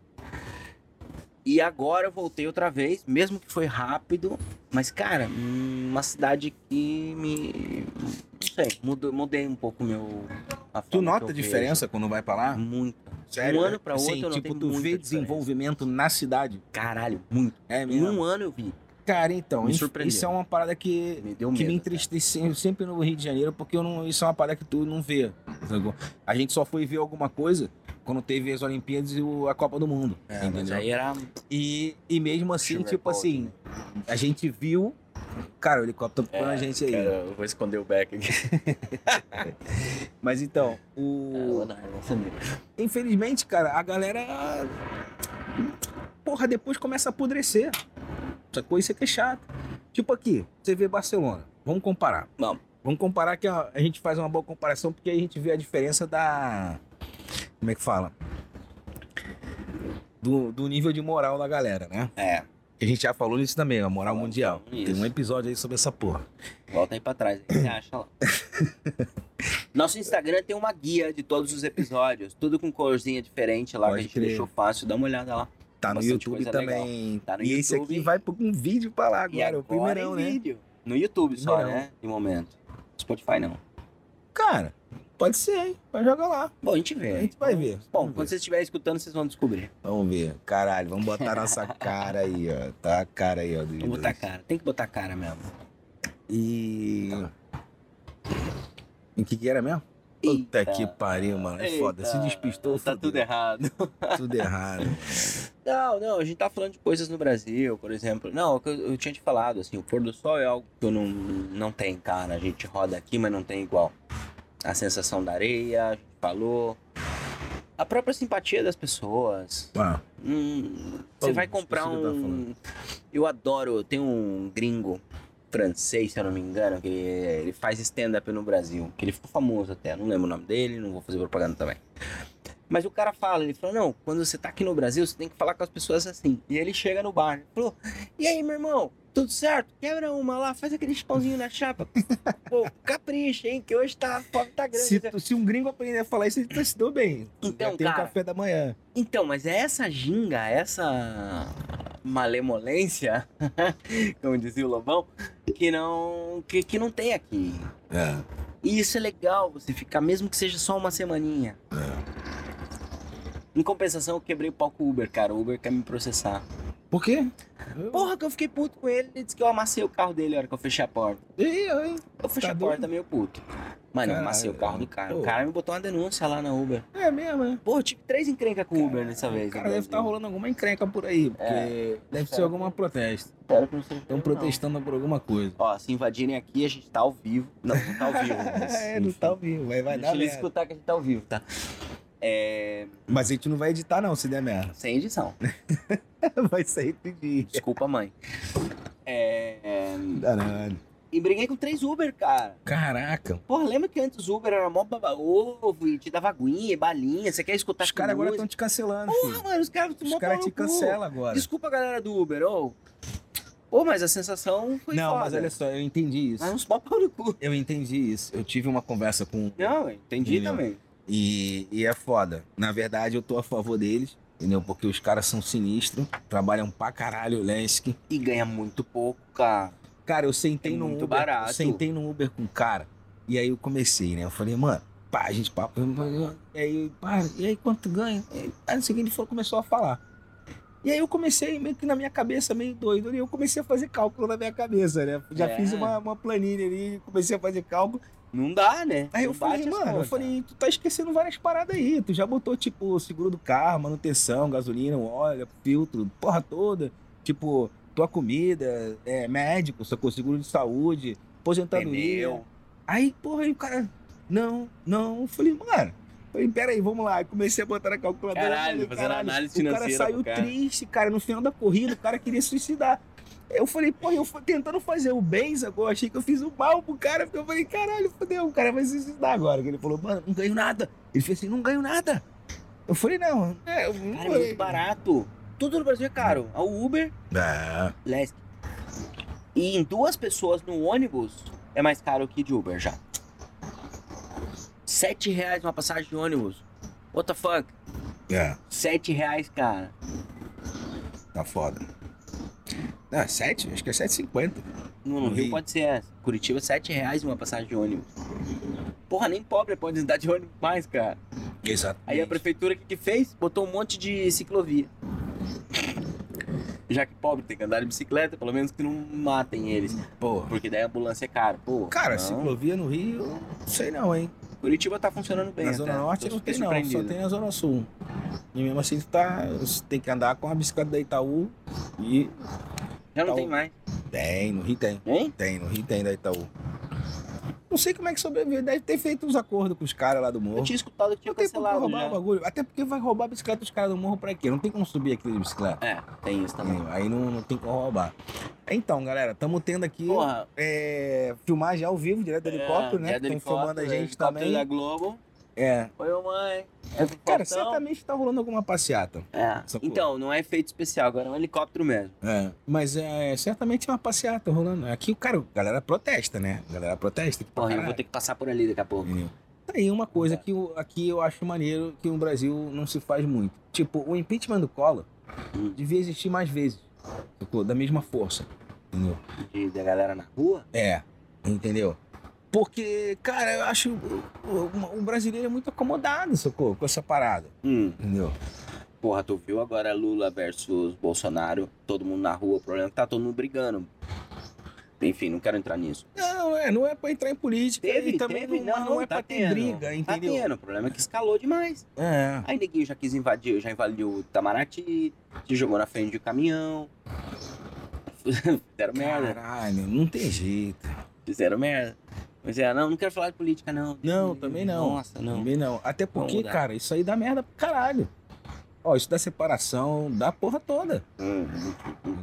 B: E agora eu voltei outra vez, mesmo que foi rápido, mas cara, hum, uma cidade que me. Não sei, mudou, mudei um pouco meu. a forma que
A: Tu
B: eu
A: nota a
B: vejo.
A: diferença quando vai pra lá?
B: Muito.
A: Sério?
B: Um ano pra outro
A: Assim,
B: eu notei
A: Tipo, tu
B: muita
A: vê
B: diferença.
A: desenvolvimento na cidade.
B: Caralho, muito.
A: É
B: Em
A: mesmo?
B: um ano eu vi.
A: Cara, então,
B: Me
A: isso-
B: surpreendeu.
A: isso é uma parada que
B: Me deu
A: que
B: medo.
A: me
B: cara.
A: entristeceu sempre no Rio de Janeiro, porque eu não, isso é uma parada que tu não vê. sacou? A gente só foi ver alguma coisa quando teve as Olimpíadas e o- a Copa do Mundo.
B: É, mas
A: entendeu?
B: aí era
A: E, e mesmo assim,
B: Sugar né?
A: tipo
B: Bowl
A: assim, a gente viu. Cara, o helicóptero com a gente aí.
B: É, Cara, eu vou esconder o back aqui.
A: *laughs* Mas então,
B: Ah, É,
A: o. Infelizmente, cara, a galera. Porra, depois começa a apodrecer. Essa coisa é que é chata. Tipo aqui, você vê Barcelona. Vamos comparar.
B: Vamos.
A: Vamos comparar que a, a gente faz uma boa comparação porque aí a gente vê a diferença da. Como é que fala? Do, do nível de moral da galera, né?
B: É,
A: Que a gente já falou nisso também, a moral
B: Falamos
A: mundial.
B: isso.
A: Tem um episódio aí sobre essa porra.
B: volta aí pra trás, aí você
A: *laughs*
B: acha lá. Nosso Instagram tem uma guia de todos os episódios, tudo com corzinha diferente lá,
A: Pode
B: que a gente
A: crer.
B: deixou fácil, dá uma olhada lá.
A: Tá no
B: Bastante
A: YouTube
B: coisa
A: também.
B: Tá no
A: e esse
B: YouTube.
A: aqui vai com um vídeo pra lá
B: E
A: agora, é o primeirão,
B: em
A: né?
B: vídeo, no YouTube só,
A: Primeirão.
B: né, de momento. Spotify não.
A: Cara, pode ser, hein? Vai jogar lá.
B: Bom, a gente vê.
A: A gente vai ver.
B: Bom,
A: Vamos
B: quando
A: ver.
B: vocês estiverem escutando, vocês vão descobrir.
A: Vamos ver. Caralho, vamos botar nossa cara aí, ó. Tá a cara aí, ó. dos
B: Vamos botar
A: dois.
B: cara, tem que botar cara mesmo.
A: E. E o que, que era mesmo? Puta
B: Eita.
A: que pariu, mano. É foda. Se
B: Eita,
A: despistou,
B: Tá tudo errado.
A: errado. Tudo
B: *laughs*
A: errado.
B: Não, não, a gente tá falando de coisas no Brasil, por exemplo. Não, é o que eu, eu tinha te falado, assim, o pôr do sol é algo que eu não, não tenho, cara. A gente roda aqui, mas não tem igual. A sensação da areia, a gente falou. A própria simpatia das pessoas.
A: Ah,
B: Hum,
A: Pô,
B: você vai
A: esqueci
B: comprar
A: o que eu tava
B: um.
A: falando.
B: Eu adoro, tem um gringo francês, se eu não me engano, que ele faz stand-up no Brasil. Que ele ficou famoso até, não lembro o nome dele, não vou fazer propaganda também. Mas o cara fala, ele falou, não, quando você tá aqui no Brasil, você tem que falar com as pessoas assim. E ele chega no bar, ele falou, e aí, meu irmão, tudo certo? Quebra uma lá, faz aquele pãozinho na chapa. *laughs* Pô, capricha, hein, que hoje tá, a fome tá grande.
A: se, tu- se um gringo aprender a falar isso, ele tá se deu bem.
B: Então,
A: Já tem o
B: cara.
A: café da manhã.
B: Então, mas é essa ginga, essa malemolência, *laughs* como dizia o Lobão, que não, que, que não tem aqui.
A: É.
B: E isso é legal, você ficar, mesmo que seja só uma semaninha. Em compensação, eu quebrei o pau com o Uber, cara. O Uber quer me processar.
A: Por quê?
B: Porra, que eu fiquei puto com ele. Ele disse que eu amassei o carro dele na hora que eu fechei a porta.
A: Ih, oi.
B: Eu fechei
A: Tá
B: a
A: doido?
B: porta meio puto. Mano, eu amassei o carro do cara. O
A: Pô.
B: cara me botou uma denúncia lá na Uber.
A: É mesmo, né?
B: Porra, eu tive três encrencas com o Uber dessa vez. É.
A: Cara, deve estar rolando alguma encrenca por aí. Porque deve ser
B: Certo.
A: alguma um protesta. Estão
B: Estão
A: protestando por alguma coisa.
B: Ó, se invadirem aqui, a gente tá ao vivo. Não, não tá ao
A: *laughs*
B: vivo. Mas,
A: é, não
B: enfim.
A: tá ouvindo, mas vai
B: Deixa
A: dar
B: eles
A: merda.
B: escutar que a gente tá ao vivo, tá? É...
A: Mas a gente não vai editar não, se der merda. *laughs*
B: Sem edição.
A: Vai sair pedir.
B: Desculpa, mãe. É...
A: Caralho.
B: E briguei com três Uber, cara.
A: Caraca.
B: Porra, lembra que antes o Uber era mó baba-ovo e te dava aguinha e balinha? Você quer escutar
A: Os caras agora estão
B: Tá música?
A: te cancelando, filho.
B: Porra, mano, os caras
A: Os caras te cancelam agora.
B: Desculpa, galera do Uber, ô. Pô, mas a sensação foi
A: Não,
B: foda.
A: mas olha só, eu entendi isso.
B: Mas uns pau pau no cu.
A: Eu entendi isso. Eu tive uma conversa com...
B: Não, eu entendi
A: Entendeu?
B: também.
A: E, e é foda. Na verdade, eu tô a favor deles, entendeu? Porque os caras são sinistros, trabalham pra caralho o Lensk.
B: E ganha muito pouco, cara.
A: Cara, eu sentei
B: É
A: no
B: muito
A: Uber,
B: barato.
A: eu sentei no Uber com o cara. E aí eu comecei, né? Eu falei, mano, pá, a gente papo. E aí, pá, e aí quanto ganha? E aí não sei o que ele falou, começou a falar. E aí eu comecei, meio que na minha cabeça, meio doido, ali, eu comecei a fazer cálculo na minha cabeça, né? Já
B: É.
A: fiz uma, uma planilha ali, comecei a fazer cálculo.
B: Não dá, né?
A: Aí
B: Não
A: eu falei,
B: bate as
A: mano, eu
B: contas.
A: falei, tu tá esquecendo várias paradas aí. Tu já botou, tipo, seguro do carro, manutenção, gasolina, óleo, filtro, porra toda. Tipo, tua comida, é, médico, sacou? Seguro de saúde, "Tá aposentadoria.
B: Pneu.
A: Aí, porra, aí o cara, não, não. Eu falei, mano, falei, peraí, vamos lá. Aí Comecei a botar na calculadora.
B: Caralho,
A: falei,
B: fazendo análise
A: O cara
B: financeira
A: saiu
B: pro cara.
A: triste, cara. No final da corrida, o cara queria suicidar. Eu falei, porra, eu fa- tentando fazer o bem, sacou? Achei que eu fiz o mal pro cara, porque eu falei, caralho, fodeu, o cara vai se suicidar agora. Ele falou, mano, não ganho nada. Ele fez assim, não ganho nada. Eu falei, não, é, eu não
B: Cara, é muito barato. Tudo no Brasil é caro. O Uber,
A: É,
B: Lesk. E em duas pessoas no ônibus é mais caro que de Uber já. Sete reais uma passagem de ônibus. What the fuck?
A: é,
B: Sete reais, cara.
A: tá foda. Ah, 7, acho que é 7,50.
B: No, no
A: No
B: Rio
A: Rio.
B: pode ser essa. Curitiba, sete reais uma passagem de ônibus. Porra, nem pobre pode andar de ônibus mais, cara.
A: Exato.
B: Aí é a prefeitura, o que, que fez? Botou um monte de ciclovia. Já que pobre tem que andar de bicicleta, pelo menos que não matem eles.
A: Porra.
B: Porque daí a ambulância é cara. Pô,
A: Cara,
B: não.
A: ciclovia no Rio, não sei não, hein?
B: Curitiba tá funcionando bem.
A: na
B: até.
A: Zona Norte
B: Tô
A: não tem não,
B: surpreendido.
A: só tem na Zona Sul. E mesmo assim tu tá, você tem que andar com a bicicleta da Itaú e...
B: Já não
A: Itaú.
B: tem mais.
A: Tem, no Rio tem.
B: Hein?
A: Tem, no Rio tem da Itaú. Não sei como é que sobreviveu, deve ter feito uns acordos com os caras lá do
B: Eu
A: morro.
B: tinha escutado que tinha
A: Não tem como
B: cancelado
A: roubar o
B: já.
A: bagulho. Até porque vai roubar a bicicleta dos caras do morro pra quê? Não tem como subir aqui de bicicleta.
B: É, tem isso também.
A: Entendeu? Aí não, não tem como roubar. Então, galera, estamos tendo aqui
B: Porra,
A: é, filmagem ao vivo, direto do helicóptero, né?
B: é do
A: Estão filmando a
B: helicóptero,
A: gente
B: helicóptero
A: também.
B: da Globo.
A: É.
B: Oi, mamãe. É do
A: Cara,
B: Faustão.
A: certamente tá rolando alguma passeata.
B: É.
A: Sacou?
B: Então, não é efeito especial, agora é um helicóptero mesmo.
A: É, mas é, certamente é uma passeata rolando. Aqui, cara, a galera protesta, né? A galera protesta. Pra
B: Porra, eu vou
A: caralho.
B: ter que passar por ali daqui a pouco.
A: Entendeu? Tá aí uma coisa que eu, aqui eu acho maneiro que no Brasil não se faz muito. Tipo, o impeachment do Collor
B: Hum.
A: devia existir mais vezes. sacou? Da mesma força. Entendeu?
B: De, da galera na rua.
A: É, entendeu? Porque, cara, eu acho o, o- o brasileiro é muito acomodado, sacou? Com essa parada,
B: Hum.
A: entendeu?
B: Porra, tu viu agora Lula versus Bolsonaro, todo mundo na rua, o problema é que tá todo mundo brigando. Enfim, não quero entrar nisso.
A: Não, é, não é pra entrar em política
B: Teve,
A: e também
B: teve,
A: não, não é
B: tá
A: pra ter
B: tendo.
A: briga,
B: Tá
A: entendeu?
B: tendo, o problema é que escalou demais.
A: É.
B: Aí neguinho já quis invadir, já invadiu o Itamaraty, se jogou na frente de um caminhão. *laughs* Fizeram merda,
A: Caralho, não tem jeito.
B: fizeram merda. Mas é, não, não quero falar de política, não.
A: Não, também não.
B: Nossa, não.
A: Também não. Até
B: Vamos
A: porque,
B: mudar.
A: cara, isso aí dá merda pra caralho. Ó, isso dá separação da porra toda.
B: Hum,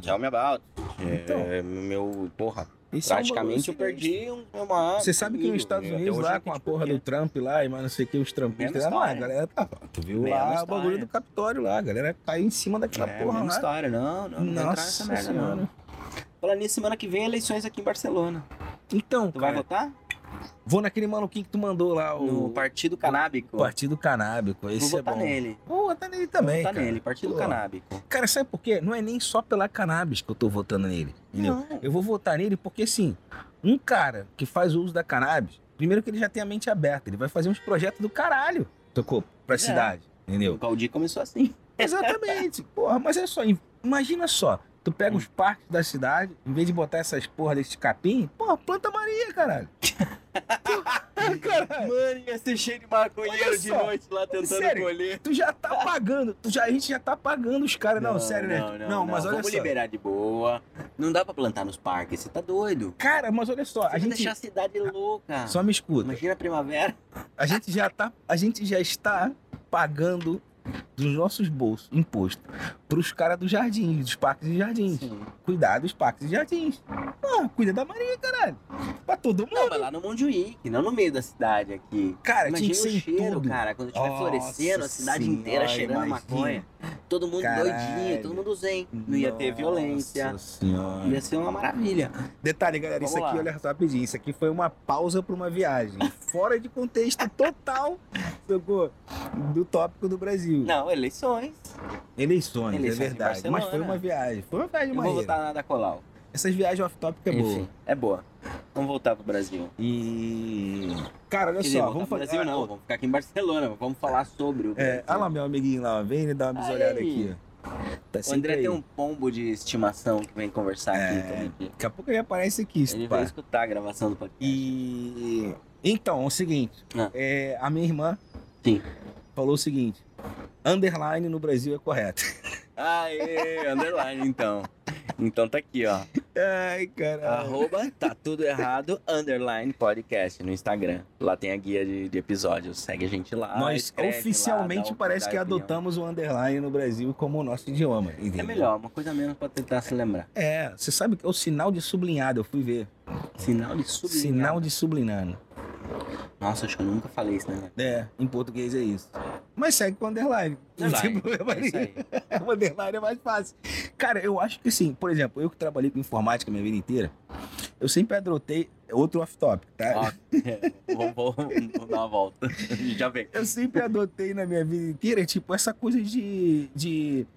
B: Tell me about.
A: Então.
B: É, meu, porra,
A: Isso é um
B: praticamente eu
A: bagulho sinistro.
B: perdi um- uma... né?
A: Você sabe que nos Estados
B: Até
A: Unidos,
B: hoje
A: lá
B: é tipo eu não
A: com a
B: entendi
A: porra do
B: porquê.
A: Trump lá e mais não sei o que, os trampistas lá,
B: Mesma
A: a
B: história.
A: galera tá. Tu viu
B: Mesma
A: lá o
B: história.
A: bagulho do Capitório lá, a galera caiu em cima daquela
B: É,
A: porra
B: mesma
A: lá.
B: história, não, não, não vou entrar nessa
A: Nossa
B: merda, não.
A: senhora.
B: Falando nisso, semana que vem é eleições aqui em Barcelona.
A: Então,
B: Tu vai
A: cara,
B: votar?
A: vou naquele maluquinho que tu mandou lá,
B: No
A: o
B: Partido Canábico.
A: Partido Canábico.
B: Vou
A: Esse é
B: votar
A: bom.
B: nele.
A: Vou votar nele também.
B: Tá
A: cara.
B: nele, Partido
A: Pô.
B: Canábico.
A: Cara, sabe por quê? Não é nem só pela cannabis que eu tô votando nele. entendeu?
B: Não.
A: Eu vou votar nele porque, assim, um cara que faz uso da cannabis, primeiro que ele já tem a mente aberta, ele vai fazer uns projetos do caralho, tocou,
B: É.
A: pra cidade,
B: O *laughs*
A: entendeu?
B: Gaudí começou assim.
A: Exatamente. Porra, mas é só, imagina só, tu pega os parques da cidade, em vez de botar essas porra desse capim, porra, planta Maria,
B: *laughs*
A: caralho. caralho.
B: Mano, ia ser cheio de
A: É. Olha
B: maconheiro de
A: só.
B: noite lá tentando
A: Sério?
B: colher.
A: Tu já tá pagando, tu já, a gente já tá pagando os caras. Não, sério, né? Não, mas olha
B: Vamos
A: só.
B: liberar de boa. Não dá pra plantar nos parques, você tá doido.
A: Cara, mas olha só,
B: Você
A: a
B: vai
A: gente.
B: deixar a cidade louca.
A: Só um me escuta.
B: Imagina a primavera.
A: A gente já tá, a gente já está pagando dos nossos bolsos imposto pros caras dos jardins, dos parques e jardins. Cuidar dos parques e jardins. Ah, cuida da Maria, caralho. Pra todo mundo.
B: Não, vai lá no Montjuíque, não no meio da cidade aqui.
A: cara, É, tinha
B: Imagina
A: que
B: o
A: ser em
B: cheiro,
A: tudo.
B: cara. Quando estiver
A: Nossa
B: florescendo, a cidade
A: senhora,
B: inteira cheirando a
A: imagina.
B: maconha. Todo mundo
A: Caralho.
B: doidinho, todo mundo zen. Não ia ter
A: Nossa
B: violência.
A: Senhora.
B: Ia ser uma maravilha.
A: Detalhe, galera, isso
B: Vamos
A: aqui,
B: lá.
A: olha só rapidinho, isso aqui foi uma pausa para uma
B: *laughs*
A: viagem. Fora de contexto total sacou? do tópico do Brasil.
B: Não, eleições.
A: Eleições,
B: Eleições
A: é
B: em
A: verdade. Mas foi
B: Barcelona.
A: uma viagem. Foi uma viagem
B: Eu vou
A: maneira.
B: votar na Ada Colau.
A: Essas viagens off-topic é boa.
B: Enfim, é boa. Vamos voltar pro Brasil.
A: E. Cara, olha
B: Quer dizer,
A: só,
B: voltar
A: vamos
B: pro
A: fazer.
B: Brasil não, vamos ficar aqui em Barcelona, vamos falar sobre o
A: É,
B: Brasil.
A: olha lá meu amiguinho lá, ó, vem ele dar uma bisolhada
B: Aí.
A: aqui. ó. Tá
B: O André
A: sempre
B: tem
A: aí. É,
B: um pombo de estimação que vem conversar aqui todo dia.
A: Daqui a pouco ele aparece aqui. se
B: Ele
A: pá.
B: vai escutar a gravação do podcast.
A: E. Então, é o seguinte.
B: Ah.
A: é, a minha irmã
B: Sim.
A: falou o seguinte: underline no Brasil é correto. *laughs*
B: Aê, underline então. Então tá aqui, ó.
A: Ai, caralho.
B: Arroba tá tudo errado, underline podcast no Instagram. Lá tem a guia de, de episódios. Segue a gente lá.
A: Nós
B: escreve lá,
A: oficialmente
B: dá um o-
A: parece
B: dá
A: que
B: a opinião.
A: adotamos o underline no Brasil como o nosso idioma.
B: É
A: entendeu?
B: melhor, uma coisa a menos pra tentar se lembrar.
A: É, você sabe que é o sinal de sublinhado, eu fui ver.
B: Sinal de sublinhado.
A: Sinal de sublinhado.
B: Nossa, acho que eu nunca falei isso, né?
A: É, em português é isso. Mas segue com underline. Não tem
B: Underline,
A: problema
B: é isso
A: nenhum.
B: aí.
A: O underline *laughs* é mais fácil. Cara, eu acho que assim, por exemplo, eu que trabalhei com informática minha vida inteira, eu sempre adotei outro off-top, tá?
B: Ó, é, vou, vou- vou dar uma volta. *laughs* A gente já vem.
A: Eu sempre adotei na minha vida inteira, tipo, essa coisa de. de.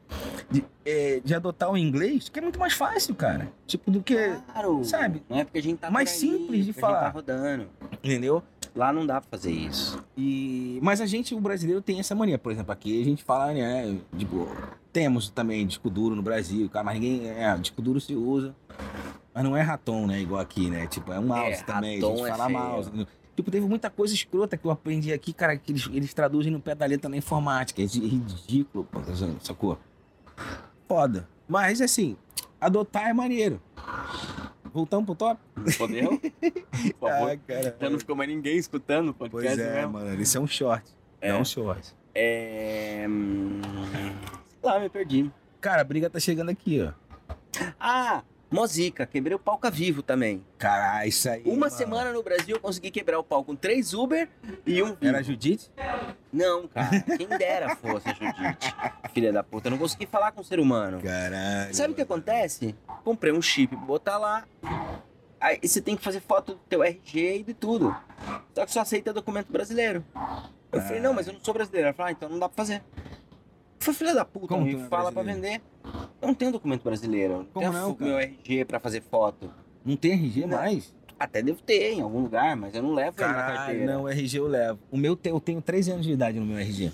A: de, é, de adotar o inglês, que é muito mais fácil, cara. Tipo, do que.
B: Claro.
A: sabe?
B: Não é porque a gente tá
A: Mais
B: por aí,
A: simples de
B: porque a gente
A: falar.
B: tá rodando.
A: Entendeu?
B: Lá não dá pra fazer isso.
A: E, mas a gente, o brasileiro, tem essa mania. Por exemplo, aqui a gente fala, né? Tipo, temos também disco duro no Brasil, cara, mas ninguém. É, disco duro se usa. Mas não é raton, né? Igual aqui, né? Tipo, é um mouse
B: É,
A: também. A
B: raton
A: gente
B: é
A: fala
B: feio.
A: mouse. entendeu? Tipo, teve muita coisa escrota que eu aprendi aqui, cara, que eles, eles traduzem no pé da letra na informática. É ri- ridículo, pô, tá sacou? Foda. Mas, assim, adotar é maneiro. Voltamos pro top? *laughs*
B: Podeu? Por favor.
A: cara.
B: Já Então não ficou mais ninguém escutando o
A: Pois
B: podcast
A: é,
B: mesmo.
A: mano. Isso é um short.
B: É.
A: É um short.
B: É... hum, Sei lá, me perdi.
A: Cara, a briga tá chegando aqui, ó.
B: Ah, Mozica, quebrei o pau com a Vivo também.
A: Caralho, isso aí.
B: Uma
A: mano.
B: semana no Brasil eu consegui quebrar o pau com três Uber e um Vivo.
A: Era a Judite?
B: Não, cara, quem
A: *laughs*
B: dera fosse a Judite. Filha da puta, eu não consegui falar com o ser humano.
A: Caralho.
B: Sabe o que acontece? Comprei um chip, botar lá. Aí você tem que fazer foto do teu RG e de tudo. Só que só aceita documento brasileiro. Eu falei, não, mas eu não sou brasileiro. Ela falou, ah, então não dá pra fazer. Foi filha da puta,
A: Como
B: me
A: tu não é
B: fala pra vender. Eu não tenho documento brasileiro. eu Não
A: Como
B: tenho
A: não,
B: fu-
A: cara?
B: meu RG pra fazer foto.
A: Não tem RG
B: Não.
A: mais?
B: Até devo ter em algum lugar, mas eu não levo ele na
A: Caralho,
B: carteira.
A: não, o RG eu levo. O meu tem, eu tenho 3 anos de idade no meu RG.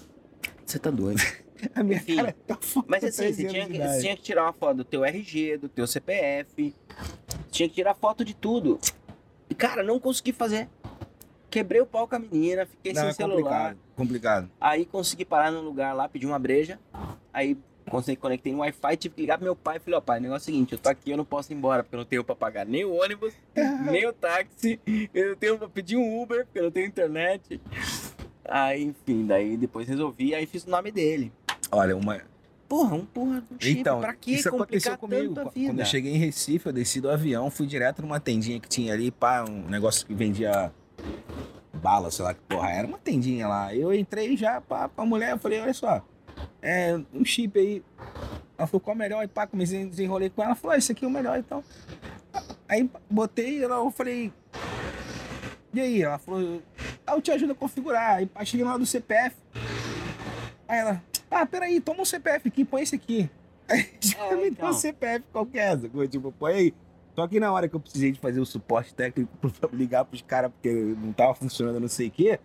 B: Você tá doido.
A: *laughs* A minha
B: Enfim,
A: cara tá foda.
B: Mas assim, você tinha, que, você tinha que tirar uma foto do teu RG, do teu CPF. Tinha que tirar foto de tudo. E, cara, não consegui fazer. Quebrei o pau com a menina, fiquei
A: Não,
B: sem
A: é
B: celular.
A: complicado. Complicado.
B: Aí consegui parar num lugar lá, pedi uma breja. Aí consegui conectei no Wi-Fi, tive que ligar pro meu pai e falei, ó pai, o negócio é o seguinte, eu tô aqui, eu não posso ir embora, porque eu não tenho pra pagar nem o
A: *laughs*
B: ônibus, nem o táxi, eu não tenho pra pedir um Uber, porque eu não tenho internet. Aí, enfim, daí depois resolvi, aí fiz o nome dele.
A: Olha, uma.
B: Porra, um porra, um chip,
A: Então,
B: pra que
A: isso aconteceu
B: complicar
A: comigo.
B: tanto a vida?
A: Quando eu cheguei em Recife, eu desci do avião, fui direto numa tendinha que tinha ali, pá, um negócio que vendia bala, sei lá que porra. Era uma tendinha lá. Eu entrei já pá, pra mulher, eu falei, olha só, é um chip aí. Ela falou, qual é o melhor? E pá, comecei, desenrolei com ela. Ela falou, ah, esse aqui é o melhor, então. Aí botei, ela, eu falei, e aí? Ela falou, ah, eu te ajudo a configurar. Aí pá, cheguei na hora do CPF. Aí ela, ah, peraí, toma um CPF aqui, põe esse aqui. *laughs* Já
B: É,
A: me deu
B: então.
A: um CPF qualquer, sacou? tipo, põe aí. Só que na hora que eu precisei de fazer o suporte técnico *laughs* pra ligar pros caras, porque não tava funcionando não sei o quê,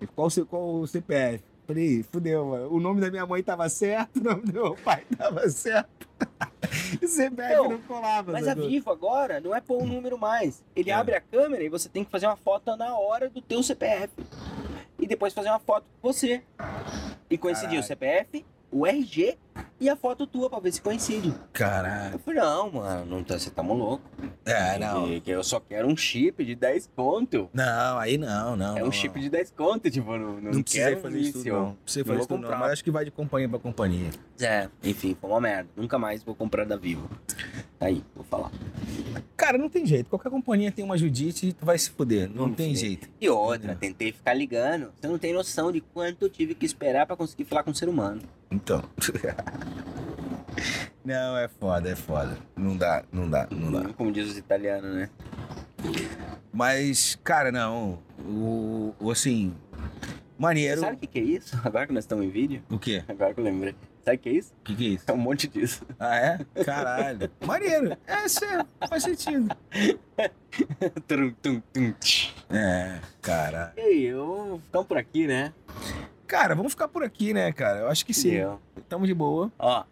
A: ele, qual, o seu- qual o CPF? Falei, fudeu, mano. O nome da minha mãe tava certo, *laughs* o nome do meu pai tava certo. *laughs* E o CPF
B: Não,
A: não, colava,
B: Mas a
A: sacou?
B: Vivo agora não é pôr um número mais. Ele
A: Hum. É.
B: abre a câmera e você tem que fazer uma foto na hora do teu CPF. E depois fazer uma foto com você. E
A: Caralho.
B: coincidiu o CPF, o RG e a foto tua pra ver se coincide.
A: Caralho.
B: Eu falei, não, mano, não tá, você tá maluco.
A: É, não.
B: Que- que Eu só quero um chip de 10 conto.
A: Não, aí não, não.
B: É
A: não,
B: um chip
A: não.
B: de 10 conto, tipo, eu não, não,
A: Não precisei
B: quero
A: fazer
B: um
A: isso tudo,
B: míssil.
A: não. Não precisei
B: Não
A: fazer
B: vou
A: isso tudo, não.
B: comprar.
A: Mas acho que vai de companhia pra companhia.
B: É, enfim, foi uma merda. Nunca mais vou comprar da Vivo. Tá Aí, vou falar.
A: Cara, não tem jeito. Qualquer companhia tem uma Judite e tu vai se fuder. Não,
B: Vamos
A: tem
B: fuder.
A: jeito.
B: E outra,
A: Entendeu?
B: tentei ficar ligando. Você não tem noção de quanto eu tive que esperar pra conseguir falar com um ser humano.
A: Então. *laughs* não, é foda, é foda. Não dá, não dá, não dá.
B: Como diz os italianos, né?
A: Mas, cara, não. O, o, assim. Maneiro.
B: Sabe o que, que é isso? *laughs* Agora que nós estamos em vídeo,
A: O quê?
B: agora que eu lembrei. Sabe o que é isso?
A: O que, que é isso?
B: É um monte disso. *laughs*
A: Ah, é? Caralho. Maneiro. É, sério. Faz sentido.
B: Tum, tum, tum, tch.
A: É, cara.
B: e aí, eu... estamos por aqui, né?
A: Cara, vamos ficar por aqui, né, cara? Eu acho que
B: E
A: sim.
B: eu.
A: Tamo de boa.
B: Ó,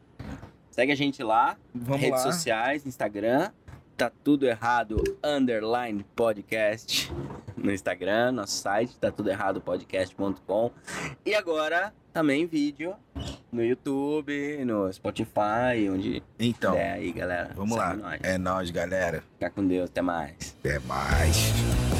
B: Segue a gente lá,
A: Vamos
B: redes
A: lá.
B: sociais, Instagram. Tá tudo errado, underline podcast no Instagram, nosso site, tá tudo errado podcast.com. E agora também vídeo no YouTube, no Spotify, onde
A: Então,
B: É. der aí, galera.
A: vamos lá.
B: Segue nós.
A: É nóis, galera.
B: Fica com Deus, até mais.
A: Até mais.